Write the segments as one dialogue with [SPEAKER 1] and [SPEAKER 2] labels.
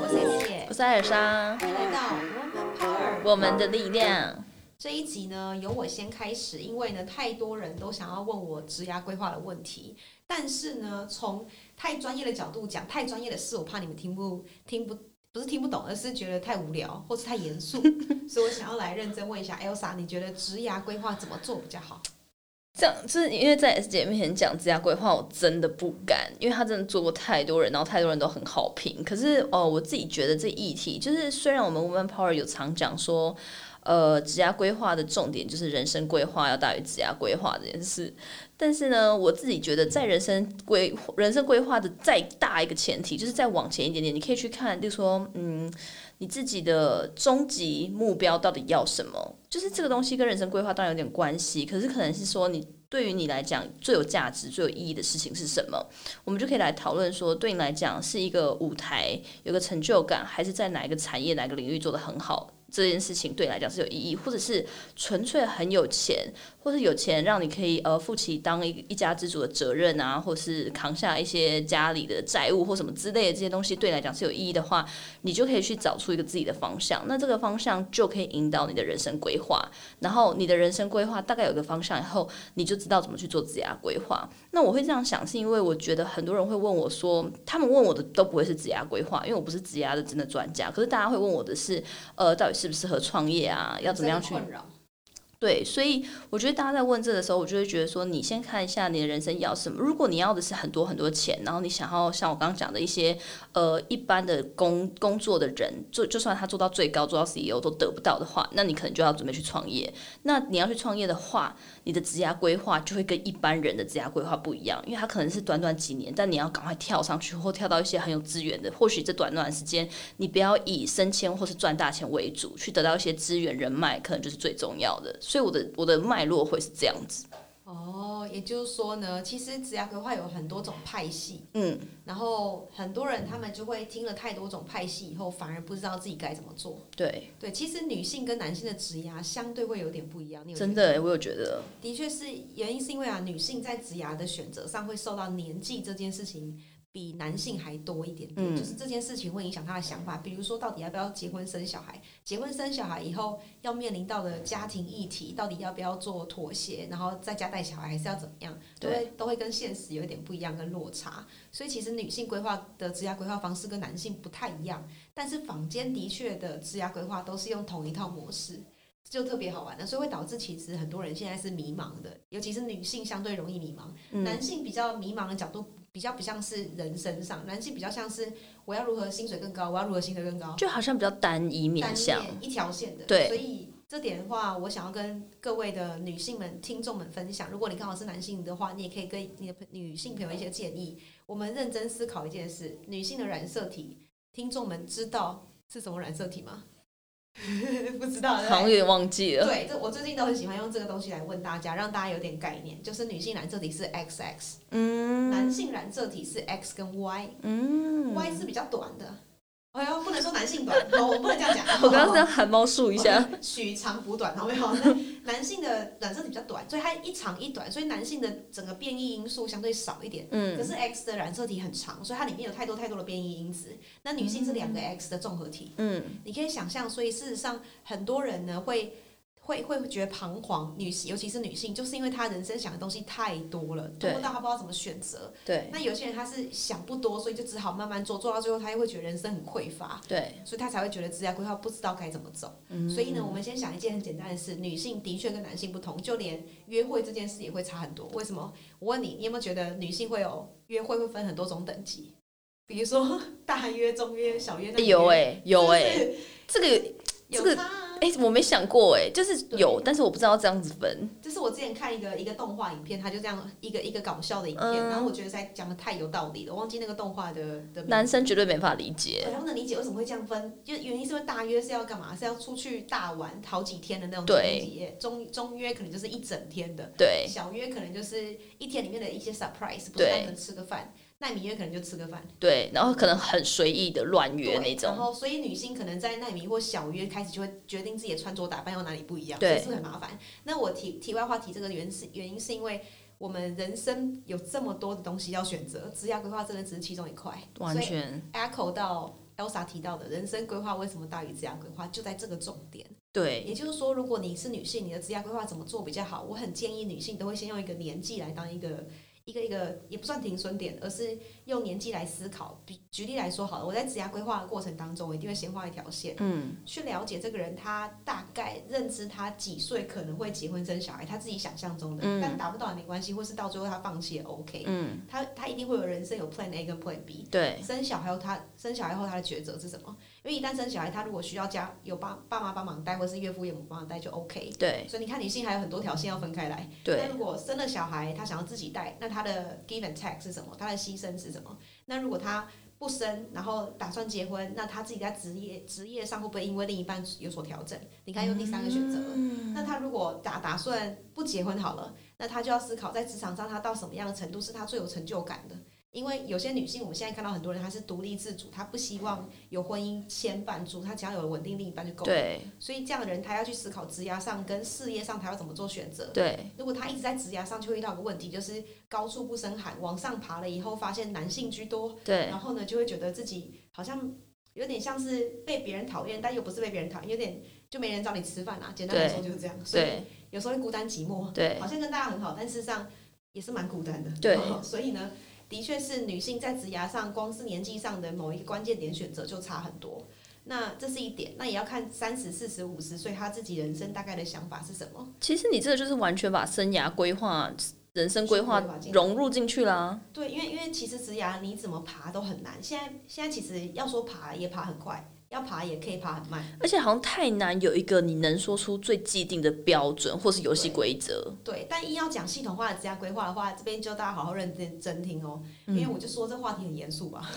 [SPEAKER 1] 我
[SPEAKER 2] 对，
[SPEAKER 1] 是艾尔莎，
[SPEAKER 2] 欢迎来到 Woman Power。
[SPEAKER 1] 我们的力量。
[SPEAKER 2] 这一集呢，由我先开始，因为呢，太多人都想要问我职涯规划的问题，但是呢，从太专业的角度讲，太专业的事，我怕你们听不听不不是听不懂，而是觉得太无聊或是太严肃，所以我想要来认真问一下 Elsa，你觉得职涯规划怎么做比较好？
[SPEAKER 1] 这样，就是因为在 S 姐面前讲职业规划，我真的不敢，因为她真的做过太多人，然后太多人都很好评。可是哦，我自己觉得这议题，就是虽然我们 Woman Power 有常讲说，呃，职业规划的重点就是人生规划要大于职业规划这件事，但是呢，我自己觉得在人生规人生规划的再大一个前提，就是再往前一点点，你可以去看，就说，嗯，你自己的终极目标到底要什么？就是这个东西跟人生规划当然有点关系，可是可能是说你对于你来讲最有价值、最有意义的事情是什么？我们就可以来讨论说，对你来讲是一个舞台，有个成就感，还是在哪一个产业、哪个领域做得很好？这件事情对你来讲是有意义，或者是纯粹很有钱，或是有钱让你可以呃负起当一一家之主的责任啊，或是扛下一些家里的债务或什么之类的这些东西，对你来讲是有意义的话，你就可以去找出一个自己的方向。那这个方向就可以引导你的人生规划，然后你的人生规划大概有个方向以后，你就知道怎么去做职业规划。那我会这样想，是因为我觉得很多人会问我说，他们问我的都不会是职业规划，因为我不是职业的真的专家。可是大家会问我的是，呃，到底适不适合创业啊？要怎么样去
[SPEAKER 2] 这个困扰？
[SPEAKER 1] 对，所以我觉得大家在问这的时候，我就会觉得说，你先看一下你的人生要什么。如果你要的是很多很多钱，然后你想要像我刚刚讲的一些呃一般的工工作的人，就就算他做到最高，做到 CEO 都得不到的话，那你可能就要准备去创业。那你要去创业的话，你的职涯规划就会跟一般人的职涯规划不一样，因为他可能是短短几年，但你要赶快跳上去，或跳到一些很有资源的。或许这短短的时间，你不要以升迁或是赚大钱为主，去得到一些资源、人脉，可能就是最重要的。所以我的我的脉络会是这样子，
[SPEAKER 2] 哦，也就是说呢，其实职涯规划有很多种派系，
[SPEAKER 1] 嗯，
[SPEAKER 2] 然后很多人他们就会听了太多种派系以后，反而不知道自己该怎么做。
[SPEAKER 1] 对，
[SPEAKER 2] 对，其实女性跟男性的职涯相对会有点不一样。你有
[SPEAKER 1] 真
[SPEAKER 2] 觉得吗，
[SPEAKER 1] 的，我有觉得，
[SPEAKER 2] 的确是原因是因为啊，女性在职涯的选择上会受到年纪这件事情比男性还多一点点，
[SPEAKER 1] 嗯
[SPEAKER 2] 就是这件事情会影响她的想法。比如说，到底要不要结婚生小孩？结婚生小孩以后要面临到的家庭议题，到底要不要做妥协？然后在家带小孩还是要怎么样？都会都会跟现实有一点不一样，跟落差。所以其实女性规划的职涯规划方式跟男性不太一样，但是坊间的确的职涯规划都是用同一套模式，就特别好玩了。所以会导致其实很多人现在是迷茫的，尤其是女性相对容易迷茫，
[SPEAKER 1] 嗯
[SPEAKER 2] 男性比较迷茫的角度比较不像是人身上，男性比较像是我要如何薪水更高，我要如何薪水更高，
[SPEAKER 1] 就好像比较单一面
[SPEAKER 2] 单
[SPEAKER 1] 向，
[SPEAKER 2] 面一条线的，
[SPEAKER 1] 对
[SPEAKER 2] 所以这点的话，我想要跟各位的女性们、听众们分享。如果你刚好是男性的话，你也可以跟你的朋女性朋友一些建议。我们认真思考一件事：女性的染色体，听众们知道是什么染色体吗？ 不知道，对不
[SPEAKER 1] 好像有
[SPEAKER 2] 对
[SPEAKER 1] 点忘记了，
[SPEAKER 2] 对，这我最近都很喜欢用这个东西来问大家，让大家有点概念。就是女性染色体是 XX，、男
[SPEAKER 1] 嗯
[SPEAKER 2] 性染色体是 X 跟 Y，Y、
[SPEAKER 1] 嗯，
[SPEAKER 2] Y 是比较短的。哎呦，不能说男性短，哦我不能这样讲。
[SPEAKER 1] 我刚刚在汗毛竖一下，
[SPEAKER 2] 取长补短，好没有？那男性的染色体比较短，所以它一长一短，所以男性的整个变异因素相对少一点。可
[SPEAKER 1] 嗯
[SPEAKER 2] 是 X 的染色体很长，所以它里面有太多太多的变异因子。那女性是两个 X 的综合体，
[SPEAKER 1] 嗯，
[SPEAKER 2] 你可以想象，所以事实上很多人呢会会会觉得彷徨，女性尤其是女性，就是因为她人生想的东西太多了，
[SPEAKER 1] 对
[SPEAKER 2] 多到她不知道怎么选择。
[SPEAKER 1] 对
[SPEAKER 2] 那有些人他是想不多，所以就只好慢慢做，做到最后他又会觉得人生很匮乏，
[SPEAKER 1] 对，
[SPEAKER 2] 所以他才会觉得职业规划不知道该怎么走。
[SPEAKER 1] 嗯
[SPEAKER 2] 所以呢，我们先想一件很简单的事，女性的确跟男性不同，就连约会这件事也会差很多。为什么？我问你，你有没有觉得女性会有约会会分很多种等级？比如说 大约、中约、小约那
[SPEAKER 1] 哎有哎、
[SPEAKER 2] 哎、
[SPEAKER 1] 有哎、
[SPEAKER 2] 是不是
[SPEAKER 1] 这个有这个
[SPEAKER 2] 有差啊！
[SPEAKER 1] 哎、我没想过哎、就是
[SPEAKER 2] 对嗯
[SPEAKER 1] 有，但是我不知道这样子分，
[SPEAKER 2] 就是我之前看一个一个动画影片，它就这样一个一个搞笑的影片，
[SPEAKER 1] 嗯
[SPEAKER 2] 然后我觉得在讲的太有道理了，我忘记那个动画的的名字
[SPEAKER 1] 男生绝对没法理解，
[SPEAKER 2] 对，他不能理解为什么会这样分，就原因是因为大约是要干嘛？是要出去大玩好几天的那种情
[SPEAKER 1] 对
[SPEAKER 2] 人节，中中约可能就是一整天的，
[SPEAKER 1] 对
[SPEAKER 2] 小约可能就是一天里面的一些 surprise，不是
[SPEAKER 1] 对
[SPEAKER 2] 单纯吃个饭，奈米约可能就吃个饭，
[SPEAKER 1] 对，然后可能很随意的乱约那
[SPEAKER 2] 对，然
[SPEAKER 1] 种，
[SPEAKER 2] 后所以女性可能在奈米或小约开始就会决定自己的穿着打扮要哪里不一样，
[SPEAKER 1] 对
[SPEAKER 2] 这是很麻烦。那我题题外话提这个原是原因是因为。我们人生有这么多的东西要选择，职业规划真的只是其中一块，
[SPEAKER 1] 完全
[SPEAKER 2] 所以 echo 到 Elsa 提到的人生规划为什么大于职业规划，就在这个重点。
[SPEAKER 1] 对
[SPEAKER 2] 也就是说，如果你是女性，你的职业规划怎么做比较好？我很建议女性都会先用一个年纪来当一个一个一个，也不算停损点，而是用年纪来思考。比举例来说好了，我在职业规划的过程当中，我一定会先画一条线，
[SPEAKER 1] 嗯，
[SPEAKER 2] 去了解这个人他大概认知他几岁可能会结婚生小孩，他自己想象中的，
[SPEAKER 1] 嗯
[SPEAKER 2] 但达不到也没关系，或是到最后他放弃也 OK。
[SPEAKER 1] 嗯，
[SPEAKER 2] 他他一定会有人生有 Plan A 跟 Plan B。
[SPEAKER 1] 对，
[SPEAKER 2] 生小孩后他生小孩后他的抉择是什么？因为一旦生小孩，他如果需要家有爸爸妈帮忙带，或是岳父岳母帮忙带就 OK。
[SPEAKER 1] 对，
[SPEAKER 2] 所以你看，女性还有很多条线要分开来。那
[SPEAKER 1] 对，
[SPEAKER 2] 如果生了小孩，她想要自己带，那她的 give and take 是什么？她的牺牲是什么？那如果她不生，然后打算结婚，那她自己在职业职业上会不会因为另一半有所调整？你看，又第三个选择了。
[SPEAKER 1] 嗯
[SPEAKER 2] 那她如果打打算不结婚好了，那她就要思考在职场上她到什么样的程度是她最有成就感的。因为有些女性，我们现在看到很多人，她是独立自主，她不希望有婚姻牵绊住，她只要有稳定另一半就够了。
[SPEAKER 1] 对，
[SPEAKER 2] 所以这样的人，她要去思考职涯上跟事业上，她要怎么做选择。
[SPEAKER 1] 对，
[SPEAKER 2] 如果他一直在职涯上，就会遇到一个问题，就是高处不胜寒，往上爬了以后，发现男性居多，
[SPEAKER 1] 对，
[SPEAKER 2] 然后呢，就会觉得自己好像有点像是被别人讨厌，但又不是被别人讨厌，有点就没人找你吃饭啊。简单来说就是这样，所以
[SPEAKER 1] 对，
[SPEAKER 2] 有时候会孤单寂寞，
[SPEAKER 1] 对
[SPEAKER 2] 好，像跟大家很好，但事实上也是蛮孤单的。
[SPEAKER 1] 对
[SPEAKER 2] 哦 所以呢，的确是女性在职涯上，光是年纪上的某一个关键点选择就差很多。那这是一点，那也要看三十四十五十岁他自己人生大概的想法是什么。
[SPEAKER 1] 其实你这个就是完全把生涯规划、人生规划
[SPEAKER 2] 去吧进
[SPEAKER 1] 融入进去啦。
[SPEAKER 2] 对，因为因为其实植牙你怎么爬都很难，现在现在其实要说爬也爬很快，要爬也可以爬很慢。
[SPEAKER 1] 而且好像太难有一个你能说出最既定的标准或是游戏规则。
[SPEAKER 2] 对，但硬要讲系统化的职涯规划的话，这边就大家好好认真真听哦，因为我就说这话题很严肃吧。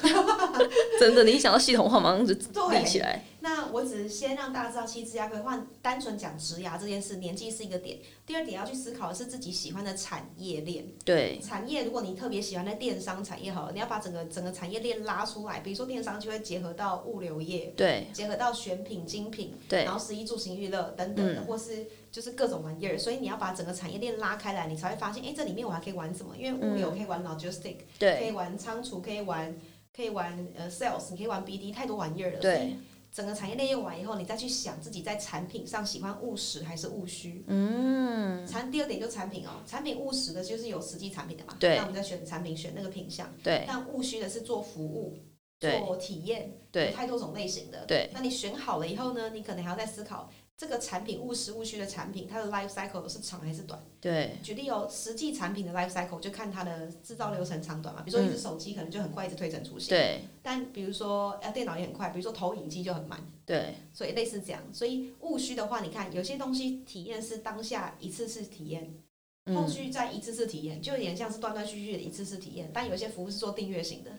[SPEAKER 1] 真的，你一想到系统化，马上就立起
[SPEAKER 2] 对，
[SPEAKER 1] 来。
[SPEAKER 2] 那我只是先让大家知道，其实职涯规划单纯讲植牙这件事，年纪是一个点，第二点要去思考的是自己喜欢的产业链。
[SPEAKER 1] 对，
[SPEAKER 2] 产业，如果你特别喜欢在电商产业好了，你要把整个整个产业链拉出来，比如说电商就会结合到物流业，
[SPEAKER 1] 对，
[SPEAKER 2] 结合到选品、精品，
[SPEAKER 1] 对嗯
[SPEAKER 2] 然后食衣住行娱乐等等的，或是就是各种玩意儿，所以你要把整个产业链拉开来，你才会发现，哎，这里面我还可以玩什么？因为物流可以玩 logistic，、可
[SPEAKER 1] 嗯对，
[SPEAKER 2] 以玩仓储，可以玩可以玩呃 sales，你可以玩 BD，太多玩意儿了。所以
[SPEAKER 1] 对，
[SPEAKER 2] 整个产业链用完以后，你再去想自己在产品上喜欢务实还是务虚。
[SPEAKER 1] 嗯，
[SPEAKER 2] 产第二点就是产品哦，产品务实的就是有实际产品的嘛，
[SPEAKER 1] 对
[SPEAKER 2] 那我们再选产品，选那个品项。
[SPEAKER 1] 对，
[SPEAKER 2] 但务虚的是做服务，
[SPEAKER 1] 对，
[SPEAKER 2] 做体验，有
[SPEAKER 1] 对，
[SPEAKER 2] 太多种类型的。
[SPEAKER 1] 对，
[SPEAKER 2] 那你选好了以后呢，你可能还要再思考这个产品务实务虚的产品，它的 life cycle 是长还是短。
[SPEAKER 1] 对，
[SPEAKER 2] 举例哦，实际产品的 life cycle 就看它的制造流程长短嘛。比如说一只手机可能就很快一直推陈出新，
[SPEAKER 1] 对，
[SPEAKER 2] 但比如说呃电脑也很快，比如说投影机就很慢，
[SPEAKER 1] 对，
[SPEAKER 2] 所以类似这样。所以务虚的话，你看有些东西体验是当下一次次体验，后
[SPEAKER 1] 嗯，
[SPEAKER 2] 续再一次次体验，就有点像是断断续续的一次次体验。但有一些服务是做订阅型的，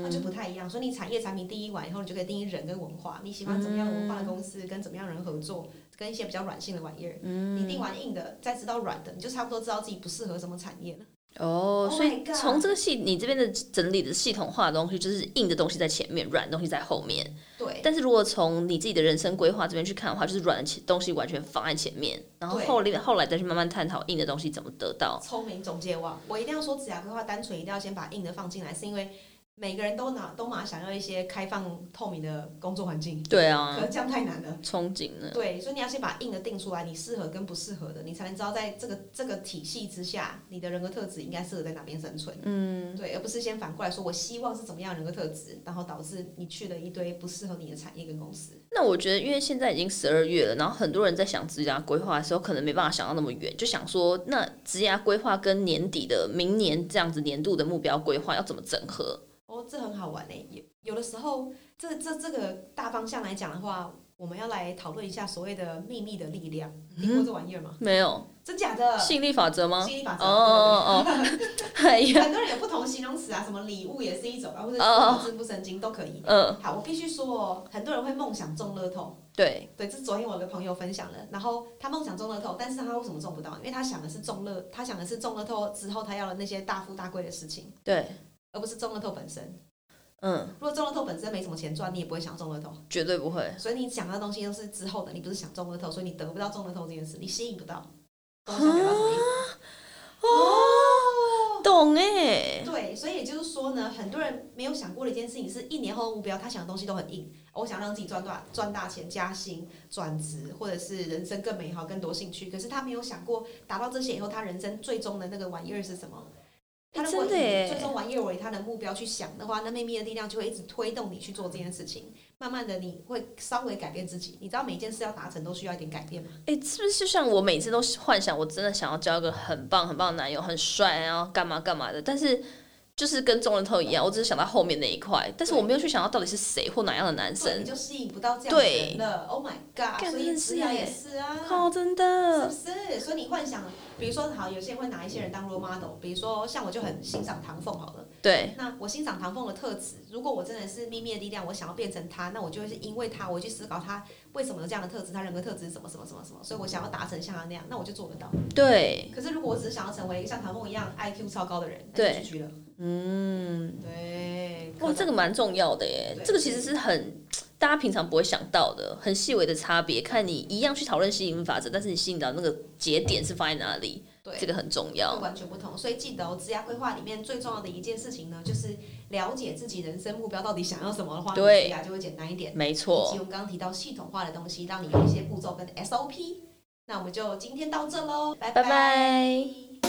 [SPEAKER 2] 那就不太一样。所以你产业产品定义完以后，你就可以定义人跟文化，你喜欢怎么样的文化的公司，跟怎么样的人合作，跟一些比较软性的玩意儿。你定完硬的，再知道软的，你就差不多知道自己不适合什么产业了。
[SPEAKER 1] 哦，
[SPEAKER 2] Oh
[SPEAKER 1] 所以
[SPEAKER 2] my god
[SPEAKER 1] 从这个系你这边的整理的系统化的东西，就是硬的东西在前面，软的东西在后面。
[SPEAKER 2] 对
[SPEAKER 1] 但是如果从你自己的人生规划这边去看的话，就是软的东西完全放在前面，然后
[SPEAKER 2] 对
[SPEAKER 1] 后面后来再去慢慢探讨硬的东西怎么得到。
[SPEAKER 2] 聪明总结网，我一定要说指甲规划单纯，一定要先把硬的放进来，是因为每个人都拿都嘛想要一些开放透明的工作环境，
[SPEAKER 1] 对
[SPEAKER 2] 可
[SPEAKER 1] 啊，
[SPEAKER 2] 能这样太难了。
[SPEAKER 1] 憧憬呢？
[SPEAKER 2] 对，所以你要先把硬的定出来，你适合跟不适合的，你才能知道在这个这个体系之下，你的人格特质应该适合在哪边生存。嗯，对，而不是先反过来说，我希望是怎么样的人格特质，然后导致你去了一堆不适合你的产业跟公司。
[SPEAKER 1] 那我觉得，因为现在已经十二月了，然后很多人在想职涯规划的时候，可能没办法想到那么远，就想说，那职涯规划跟年底的明年这样子年度的目标规划要怎么整合？
[SPEAKER 2] 哦，这很好玩诶、有有的时候，这这这个大方向来讲的话，我们要来讨论一下所谓的秘密的力量。你听过这玩意儿吗？
[SPEAKER 1] 没有
[SPEAKER 2] 真假的？
[SPEAKER 1] 吸引力法则吗？
[SPEAKER 2] 嗯吸引力法则。
[SPEAKER 1] 哦哦哦， 哎
[SPEAKER 2] 对对对
[SPEAKER 1] 呀，
[SPEAKER 2] 很多人有不同形容词啊，什么礼物也是一种啊，或者
[SPEAKER 1] 哦哦
[SPEAKER 2] 是不是不神经都可以。
[SPEAKER 1] 嗯，
[SPEAKER 2] 好，我必须说哦，很多人会梦想中乐透，
[SPEAKER 1] 对
[SPEAKER 2] 对，这是昨天我的朋友分享了。然后他梦想中乐透，但是他为什么中不到？因为他想的是中乐，他想的是中乐透之后他要的那些大富大贵的事情，
[SPEAKER 1] 对，
[SPEAKER 2] 而不是中乐透本身。
[SPEAKER 1] 嗯，
[SPEAKER 2] 如果中乐透本身没什么钱赚，你也不会想中乐透。
[SPEAKER 1] 绝对不会，
[SPEAKER 2] 所以你想的东西都是之后的，你不是想中乐透，所以你得不到中乐透这件事，你吸引不到。懂我想表达什么意思？
[SPEAKER 1] 啊哦，懂懂哎，
[SPEAKER 2] 对，所以也就是说呢，很多人没有想过的一件事情是，一年后的目标，他想的东西都很硬。哦我想让自己赚大赚大钱、加薪、转职，或者是人生更美好、更多兴趣。可是他没有想过，达到这些以后，他人生最终的那个玩意儿是什么？他如果以
[SPEAKER 1] 哎真的耶
[SPEAKER 2] 最终玩意儿为他的目标去想的话，那妹咪的力量就会一直推动你去做这件事情。慢慢的，你会稍微改变自己。你知道每一件事要达成都需要一点改变吗？
[SPEAKER 1] 哎，是不是就像我每次都幻想，我真的想要交一个很棒很棒的男友，很帅，然后干嘛干嘛的，但是。就是跟中人头一样，我只是想到后面那一块，但是我没有去想到到底是谁或哪样的男
[SPEAKER 2] 对，
[SPEAKER 1] 生
[SPEAKER 2] 你。就吸引不到这样的人了。Oh my god！
[SPEAKER 1] 干
[SPEAKER 2] 所
[SPEAKER 1] 真
[SPEAKER 2] 以
[SPEAKER 1] 的是
[SPEAKER 2] 职涯
[SPEAKER 1] 耶
[SPEAKER 2] 也是啊。
[SPEAKER 1] 哦，真的，
[SPEAKER 2] 是不是？所以你幻想，比如说好，有些人会拿一些人当 role model，比如说像我就很欣赏唐凤好了。
[SPEAKER 1] 对，
[SPEAKER 2] 那我欣赏唐凤的特质，如果我真的是秘密的力量，我想要变成他，那我就会是因为他，我去思考他为什么有这样的特质，他人格特质是什么什么什么什么，所以我想要
[SPEAKER 1] 嗯
[SPEAKER 2] 达成像他那样，那我就做得到。
[SPEAKER 1] 对，
[SPEAKER 2] 可是如果我只是想要成为像唐凤一样 IQ 超高的人，
[SPEAKER 1] 对
[SPEAKER 2] 那就 GG 了。
[SPEAKER 1] 嗯，
[SPEAKER 2] 对，
[SPEAKER 1] 哇，哦这
[SPEAKER 2] 个
[SPEAKER 1] 个蛮重要的耶
[SPEAKER 2] 对，
[SPEAKER 1] 这个其实是很大家平常不会想到的，很细微的差别。看你一样去讨论吸引力法则，但是你吸引到那个节点是放在哪里，
[SPEAKER 2] 对
[SPEAKER 1] 这个很重
[SPEAKER 2] 会
[SPEAKER 1] 要。
[SPEAKER 2] 完全不同。所以记得哦，职业规划里面最重要的一件事情呢，就是了解自己人生目标到底想要什么的话，
[SPEAKER 1] 对
[SPEAKER 2] 职涯就会简单一点。
[SPEAKER 1] 没
[SPEAKER 2] 以及
[SPEAKER 1] 错，
[SPEAKER 2] 我们刚刚提到系统化的东西，让你有一些步骤跟 SOP。那我们就今天到这喽，拜
[SPEAKER 1] 拜拜。